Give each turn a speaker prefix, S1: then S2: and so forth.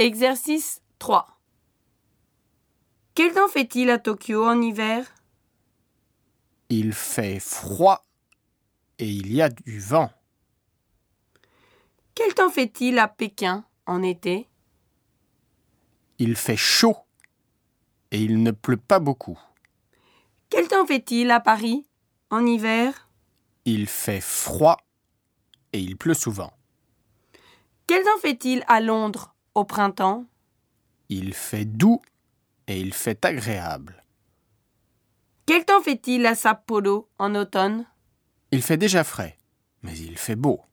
S1: Exercice 3. Quel temps fait-il à Tokyo en hiver
S2: Il fait froid et il y a du vent.
S1: Quel temps fait-il à Pékin en été
S2: Il fait chaud et il ne pleut pas beaucoup.
S1: Quel temps fait-il à Paris en hiver
S2: Il fait froid et il pleut souvent.
S1: Quel temps fait-il à Londres au printemps
S2: Il fait doux et il fait agréable.
S1: Quel temps fait-il à Sapporo en automne
S2: Il fait déjà frais, mais il fait beau.